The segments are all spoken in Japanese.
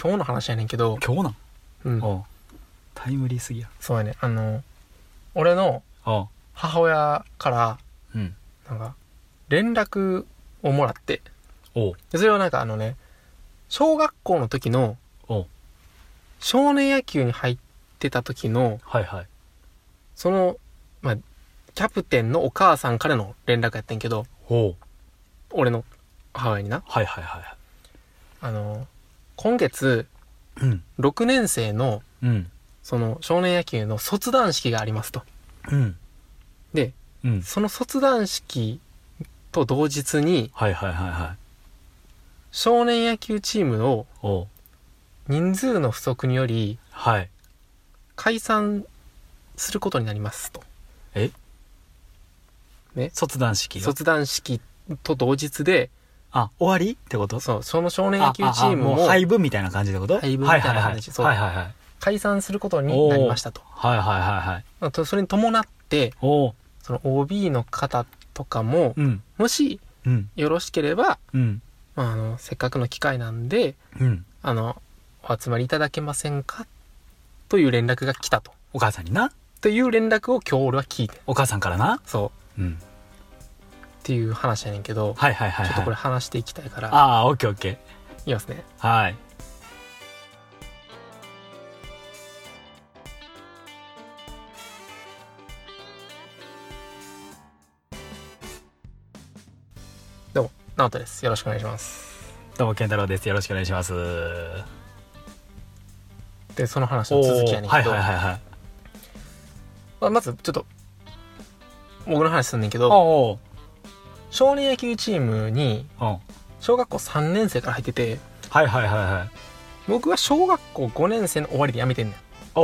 今日の話やねんけど、今日なん、うん、おうタイムリーすぎやそうやねあの俺のおう母親からうんなんか連絡をもらっておうでそれはなんかあのね小学校の時のおう少年野球に入ってた時のはいはいその、まあ、キャプテンのお母さんからの連絡やってんけどおう俺の母親になはいはいはいはあの今月いうん6年生のうんその少年野球の卒団式がありますとうんでうんその卒団式と同日にはいはいはいはい少年野球チームをおう人数の不足によりはい解散することになりますと卒団式が卒団式と同日であ終わりってことそうその少年野あ球チームああもうも廃部みたいな感じってこと廃部みたいな感じそうはいはいはいはい解散することになりましたとはいはいはいはいはいあとそれに伴っておうその OB の方とかもうんもしうんよろしければ、うんまあ、あのせっかくの機会なんでうんあのお集まりいただけませんかという連絡が来たとお母さんになという連絡を今日俺は聞いてんお母さんからなそうんうっていう話やねんけど、はいはいはい、はちい、ょっとこれ話していきたいからああオッケーオッケーいきますねはい。どうも直人ですよろしくお願いしますどうも健太郎です。よろしくお願いします。でその話の続きやねんけど、はいはいはいはい。まあ、まずちょっと僕の話すんねんけどおう少年野球チームにおううん。小学校3年生から入っててはいはいはいはい。僕は小学校5年生の終わりで辞めてんねんお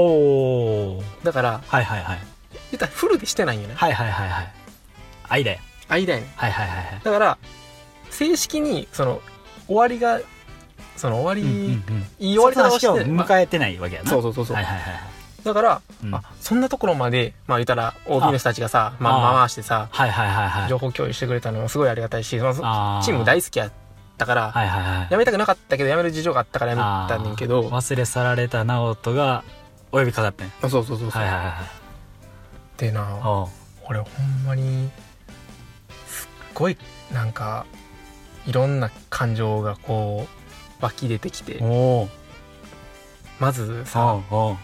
お。だからはいはいはい。言ったらフルでしてないんよねはいはいはいはい。あいだよ。間やねんはいはいはいはい。だから正式にその終わりがその終わり、うん。いい終終わわりり方をのして人をないまあ迎えてないわけやな。そうそうそうそう、はいはいはいはい。だから、うんあそんなところまでまあ言ったら OB の人たちがさまああ、回してさはいはいはいはい。情報共有してくれたのもすごいありがたいし、まあそあチーム好大好きやったから、はいはいはい。辞めたくなかったけど辞める事情があったから辞めたんねんけあーど忘れ去られた直人がお呼びかかってん。そうそうそうそう、はいはいはいはい。でなおう俺ほんまにすっごいなんかいろんな感情がこう湧き出てきておうまずさおうおう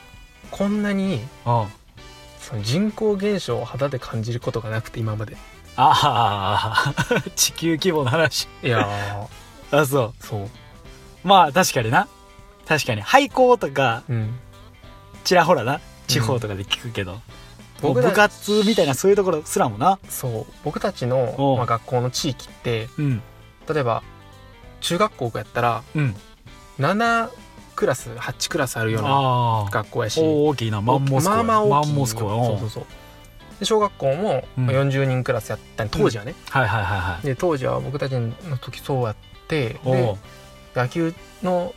こんなにおうその人口減少を肌で感じることがなくて今までああ 地球規模の話いやあそー そううまあ確かにな確かに廃校とかうんちらほらな地方とかで聞くけど、もうた部活みたいなそういうところすらもなそう僕たちおのう、まあ、学校の地域ってうん例えば中学校やったらうん7クラス8クラスあるようなああ学校やしお大きいなマンモス校まあまあ大きいマンモス校やそううんそうそうで小学校もうんまあ40人クラスやったん当時はね、はいはいはいはいで当時は僕たちの時そうやっておでう野球の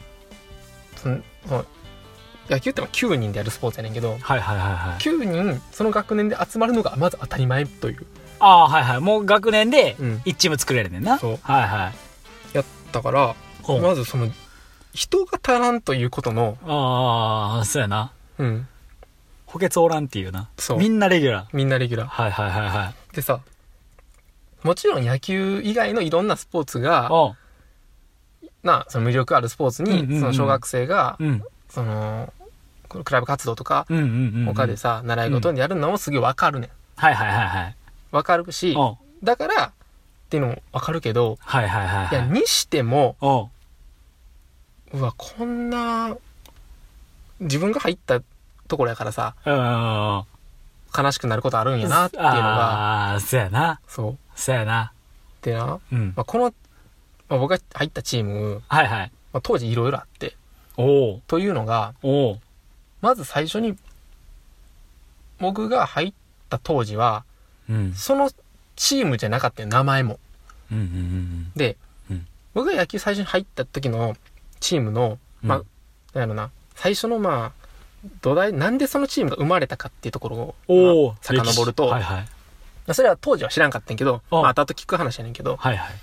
そのその野球ってのは9人でやるスポーツやねんけどはいはいはいはい9人その学年で集まるのがまず当たり前というああはいはいもう学年でうん一チーム作れるねんな、そうはいはいだからおうまずその人が足らんということのああそうやなうん補欠おらんっていうなそうみんなレギュラみんなレギューラはいはいはいはいーでさもちろん野球以外のいろんなスポーツがおうなその魅力あるスポーツに、うんうんうんその小学生が、うんそのこのクラブ活動とか、うんうんうん他でさ習い事にやるのもすげえわかるねんはいはいはいはい。わかるしおうだからっていうのもわかるけどはいはいはいいやはい。にしてもおううわこんな自分が入ったところやからさうんうんうんうん。悲しくなることあるんやなっていうのがああー、そうやな。そうそうやな。でな、うん。まあ、この、まあ、僕が入ったチーム、はいはい。まあ、当時いろいろあっておうというのがおうまず最初に僕が入った当時はうん。そのチームじゃなかったよ、名前も。うんうんうんで、うん僕が野球最初に入った時のチームの、うん。まあ、なんやろな、最初のまあ、土台、なんでそのチームが生まれたかっていうところを、おまうあ遡ると、はいはい。まあそれは当時は知らんかったんやけど、あまあ、後々聞く話やねんけど、はいはい。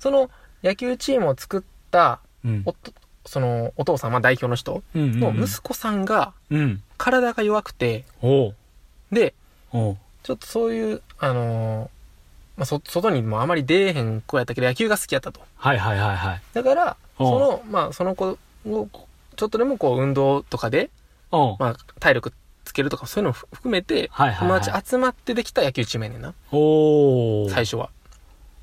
その野球チームを作ったうん。おとそのお父さん、まあ、代表の人うんうんのうん息子さんがうん体が弱くて、おうで、おうちょっとそういう、あのーまあ、そ、外にもあまり出えへん子やったけど野球が好きやったと。はいはいはいはいだから、そおうの、まあ、その子を、ちょっとでもこう、運動とかで、おうまあ、体力つけるとかそういうのも含めて、はいはいは友い達集まってできた野球チームやねんな、おお最初は。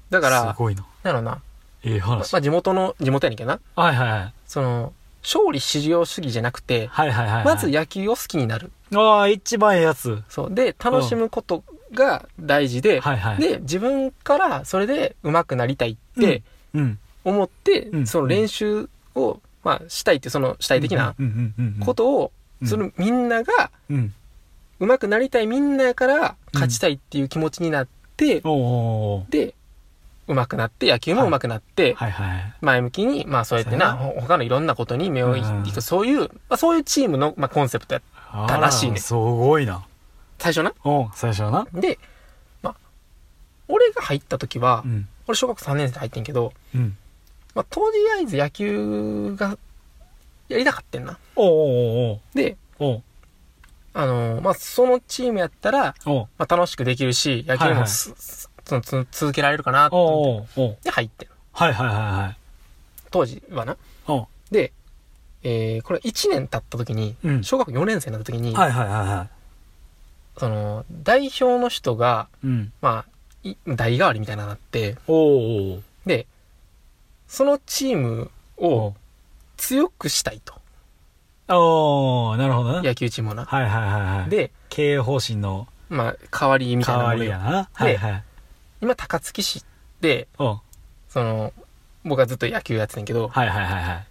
だからす、ごいななのな、ええまあ話まあ、地元の、地元やねんけどな、はいはいはいその、勝利至上主義じゃなくて、はいはいはいはいまず野球を好きになる。ああ一番ええやつそう。で、楽しむことが大事で、はいはいで、自分からそれで上手くなりたいってうん思って、うんその練習を、まあ、したいって、その主体的なうんうんうんうんうんことをうんするみんなが、うん上手くなりたいみんなから勝ちたいっていう気持ちになって、おうおうおうで、上手くなって、野球も上手くなって、はいはい前向きに、まあそうやってな、そほ他のいろんなことに目をいっていく、そういう、まあそういうチームの、まあコンセプトやった。あたららしいねすごいな最初な。おう最初はなで、まあ、俺が入った時は、うん俺小学校3年生で入ってんけど、うんまあ、とりあえず野球がやりたかってんな。おうおうで、おうおうあのーまあ、そのチームやったら、おうまあ、楽しくできるし、野球はいはもいす、すそのつ続けられるかなと思っておうおうおうで、入ってんはいはいはいはい当時はな。おうで、えー、これ1年経った時に、うん小学4年生になった時に、はいはいはいはその、代表の人が、いうんまあ、い代替わりみたいなのになって、おうおうで、そのチームおをう強くしたいと。おうなるほどな野球チームをな。はいはいはいはいで、経営方針のまあ、代わりみたい代なわものりやよ。なではいはい今、高槻市で、おうその、僕はずっと野球やってたんやけど、はいはいはいはい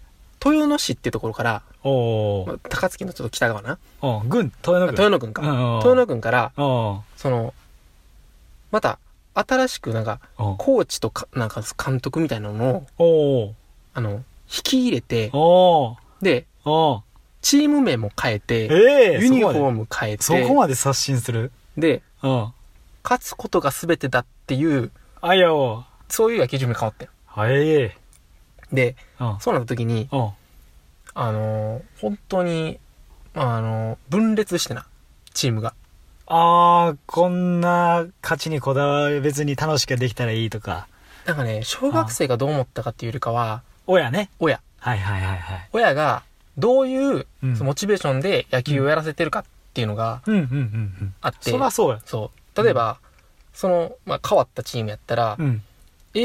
豊野市ってところから、おうおまうあ高槻のちょっと北側な、おう軍豊あ野軍豊野郡か、うんうんうん豊野郡から、おうその、また、新しくなんか、おうコーチとか、なんか監督みたいなのを、おうあの、引き入れて、おうで、おうチーム名も変えて、ええユニフォームム変えそこて、まで刷新するで、うん勝つことが全てだっていう、あいやおそういう野球チームに変わってん。はいえで、うんそうなった時に、うんあのー本当に、まあ、あのー分裂してな、チームが。ああこんな勝ちにこだわる別に楽しくできたらいいとかなんかね、小学生がどう思ったかっていうよりかは、親ね親、はいはいはいはい親がどういう、うんそのモチベーションで野球をやらせてるかっていうのがうんうんうんうんあって、そりゃそうやそう。例えば、その、まあ、変わったチームやったら、うん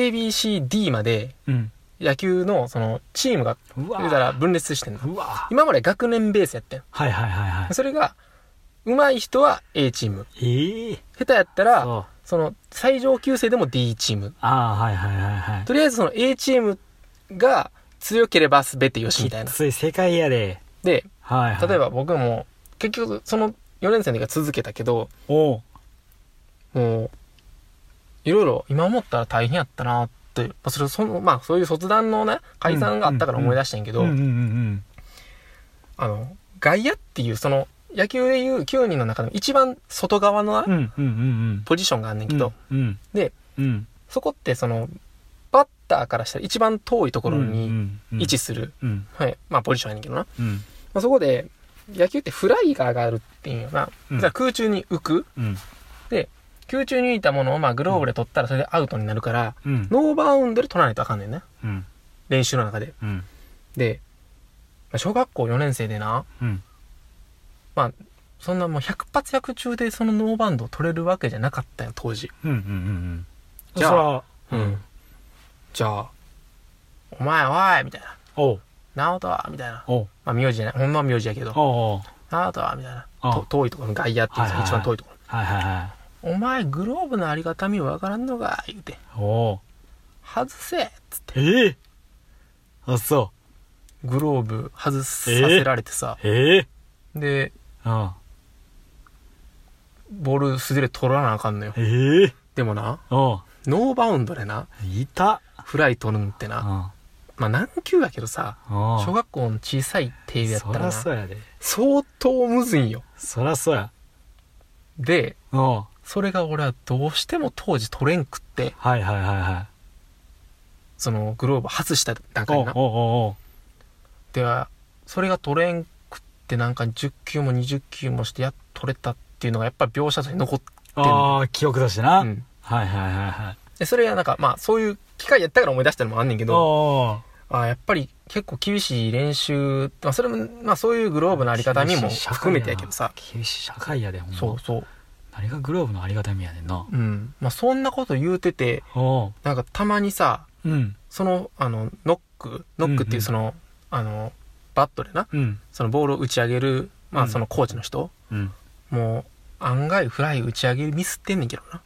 ABCD までうん野球のそのチームが、うわ言うたら分裂してんの。うわ今まで学年ベースやってん。はいはいはいはいそれが、上手い人は A チーム。ええ下手やったあら、そうその最上級生でも D チーム。あーはいはいはいはいとりあえずその A チームが強ければ全てよしみたいなき。つい世界やでで、はい、はい、例えば僕も、結局その4年生の時は続けたけど、おうもう、いろいろ今思ったら大変やったなって、まあ、それその、まあそういう卒団のね、解散があったから思い出したんやけど、うんうんうんあの、外野っていう、その野球でいう9人の中でも一番外側のなうんうんうんうんポジションがあんねんうけんど、うんで、うんそこってその、バッターからしたら一番遠いところうんにうんうん位置する、うんはい、まあポジションやねんけどな。うんまあ、そこで、野球ってフライが上がるっていうような、うんだから空中に浮く、うん空中に浮いたものをまあグローブで取ったらそれでアウトになるから、うんノーバウンドで取らないとあかんねんね。うん練習の中で。うんで、まあ小学校4年生でな、うんまあ、そんなもう100発100中でそのノーバウンドを取れるわけじゃなかったよ、当時。うんうんうんじゃあそらうん。じゃあ、お前おいみたいな。おう直人はみたいな。おうまあ、名字じゃない。ほんまは名字やけど。おうおう直人はみたいな。あと遠いところの外野っていうはいはいはい一番遠いところ。はいはいはお前グローブのありがたみわからんのか言うていおう外せっつってええあそグローブ外させられてさ、うええでうんボール素手で取らなあかんのよええでもなおうノーバウンドでないたフライ取るんってな、うんまあ何級やけどさおう小学校の小さい手入れやったそららなそうやで相当むずいんよそらそうやでおうそれが俺はどうしても当時取れんくってはいはいはいはいそのグローブ外した段階おにうなおうおうってはそれが取れんくってなんか10球も20球もしてやっと取れたっていうのがやっぱ描写として残ってああ記憶だしな、る、うんはいはいはいはいでそれがなんかまあそういう機会やったから思い出したのもあんねんけどああーやっぱり結構厳しい練習、まあ、それも、まあ、そういうグローブのありがたみも含めてやけどさ厳しい社会やでほんまそうそう何がグローブのありがたみやねんなうんまあそんなこと言うてておなんかたまにさううんそのあのノックノックっていうんうんうその,、あのバットでなうんそのボールを打ち上げる、まうあ、んそのコーチの人、うんもう案外フライ打ち上げミスってんねんけどな、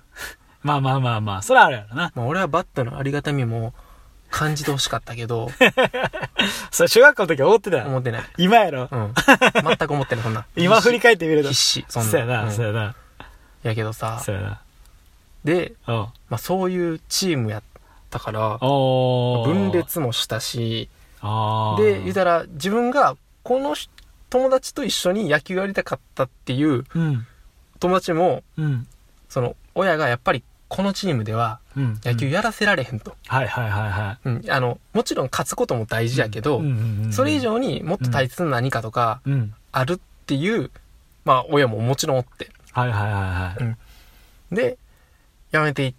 まあまあまあまあそれはあるやろなまあ、俺はバットのありがたみも感じてほしかったけ どそれ中学校の時は思ってた思よってない、今やろうん、全く思ってないそんな 今振り返ってみると必死そんなそうやなうんそうやなやけどさそうやなで、おうまあ、そういうチームやったからおー分裂もしたしあーで言うたら自分がこの人友達と一緒に野球やりたかったっていううん友達もうんその親がやっぱりこのチームではうん野球やらせられへんと、はいはいはいはいうんあのもちろん勝つことも大事やけど、うんうんうんそれ以上にもっと大切な何かとかうんあるっていう、まあ親ももちろんおってはいはいはいはいで辞めていっ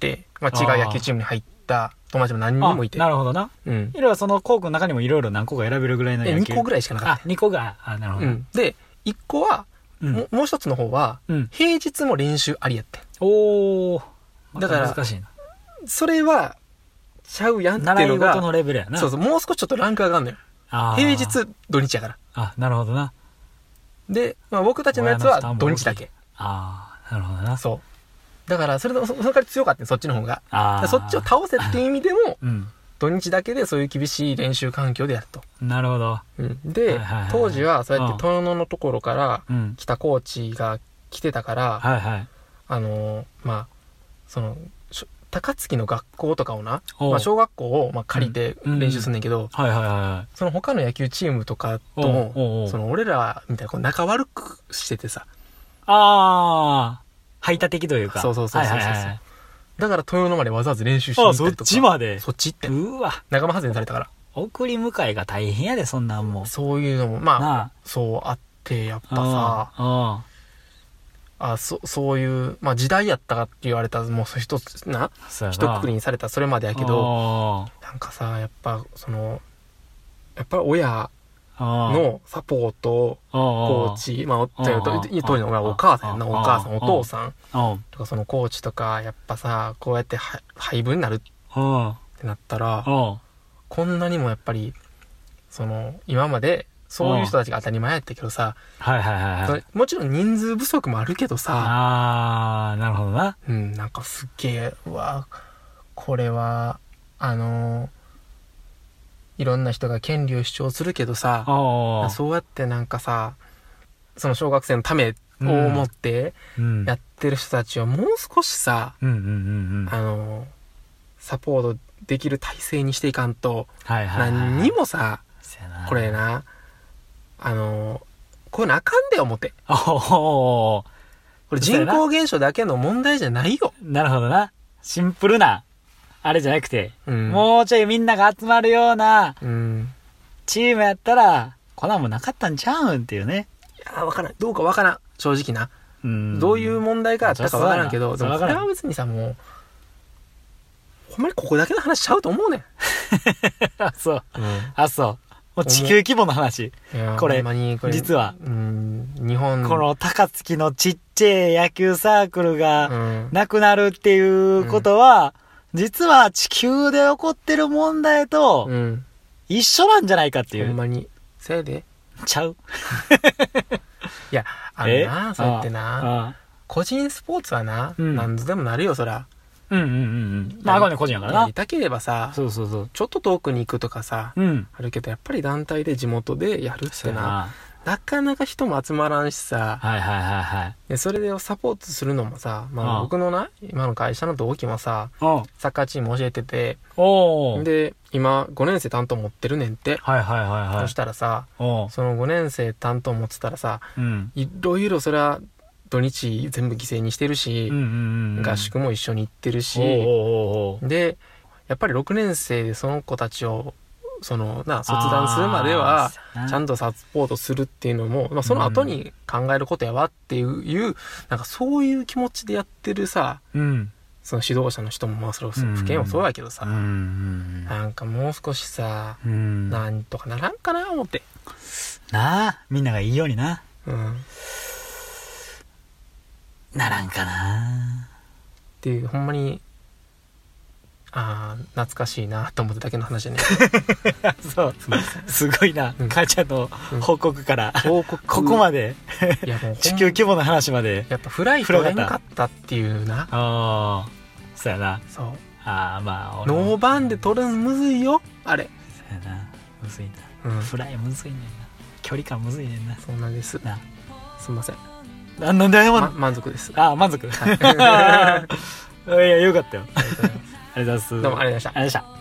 て、まあ、違う野球チームに入った友達も何人あもいて、なるほどなうん、いろいろその校区の中にもいろいろ何個か選べるぐらいので野球2個ぐらいしかなかっあ二個があなるた、ほうどん、で1個は、うんももう一つの方はうん平日も練習ありやっておおだから難しいなんそれはちゃうやんって習いういの事のがレベルやなそうそうもう少しちょっとランク上がるのよあー平日土日やからあなるほどなで、まあ、僕たちのやつ親の負担はも土日だけああなるほどなそうだからそれでもそその代わり強かったねそっちの方がだあかあらそっちを倒せっていう意味でもうん土日だけでそういう厳しい練習環境でやると、なるほどうんはいではいはい当時はそうやっうんて遠野のところからうん来たコーチが来てたから、はいはいあのーまあそのしょ高槻の学校とかをな、おうまあ、小学校をまあ借りてうん練習すんねんけど、はいはいはその他の野球チームとかとおうおうおもうその俺らみたいなこう仲悪くしててさいああ排他的というかそうそうそうそうそうはいはいはいだから豊野までわざわざ練習しに行ああったそりっとかちまでそっち行ってうわ仲間外れにされたから送り迎えが大変やでそんなんもうそういうのもまあなそうあってやっぱあさああそそういう、まあ、時代やったかって言われたらもう一つなそうや一括りにされたそれまでやけどどなんかさやっぱそのやっぱり親ののサポートココーチまあおあーあー当時のお母さんやなあおー母さあんーお父さんうんとかそのコーチとかやっぱさこうやっては廃部になるっうんてなったらうんこんなにもやっぱりその今までそういう人たちが当たり前やったけどさはいはいはいはい。もちろん人数不足もあるけどさ、あー、なるほどな。うん、なんかすっげえ、うわ、これは、あのいろんな人が権利を主張するけどさ、あそうやってなんかさ、その小学生のためを思ってう。うん。やってる人たちをもう少しさ、うんうんうんうん。あのサポートできる体制にしていかんと、はいはいはい。何に。もさ、これ。な、あのこれなあかんで思って。おおー。これそうや人な口減少だけの問題じゃないよ。なるほどな。シンプルな、あれじゃなくて、うんもうちょいみんなが集まるようなうん。チームやったら、こんなんもなかったんちゃうんっていうね。いや、わからん。どうかわからん。正直な。うん。どういう問題があったかわからんけど、そでうやもこなれは別にさ、もう、ほんまにここだけの話しちゃうと思うねん。あ、 そう。あ、そう。もう地球規模の話。いやこれほんまにこれ実はうん、日本こ、の高槻のちっちゃい野球サークルが、うん。なくなるっていうことは、実は地球で起こってる問題とうん。一緒なんじゃないかっていほう。んまに。せやで。ちゃう。いや、あえのな、そうやってな、あ個人スポーツはな、うん何度でもなるよ、そら。あうんうんうんうん。まあ、あくまで個人やからやなり。たければさ、そうそうそう。ちょっと遠くに行くとかさ、うん。あるけど、やっぱり団体で地元でやるっそうてやな、な。なかなか人も集まらんしさ、はいはいはいはい。でそれでサポートするのもさ、まあああ、僕のな今の会社の同期もさうん。サッカーチーム教えてておー。で今5年生担当持ってるねんって、はいはいはいはそいし。たらさおー。その5年生担当持ってたらさうん。いろいろそれは土日全部犠牲にしてるしうんう、んうん。合宿も一緒に行ってるおーおーしおーおーでやっぱり6年生でその子たちをそのな卒団するまではちゃんんとサポートするっていうのも、まあ、その後に考えることやわっていう、なんかそういう気持ちでやってるさうんその指導者の人もまあそれをうん不健もそうやけどさ、うんうんなんかもう少しさうんななんとかならんかな思って、あみんながいいようになうん、っならんかなていうほんまにああ懐かしいなと思っただけの話 ねそうすごいな、うん母ちゃんの報告から、報告ここまででいやもうほんま地球規模の話までやっぱフライ取れんかったっていうなああそうやなそうああまあ俺もノーバンで取るのむずいよあれそうやなむずいなうんフライむずいねんな距離感むずいねんなそうなんですなすみません、あなんで謝んのま、満足ですあ満足い はいやよかったよありがとうございますありがとうございますどうもありがとうございましたありがとうございました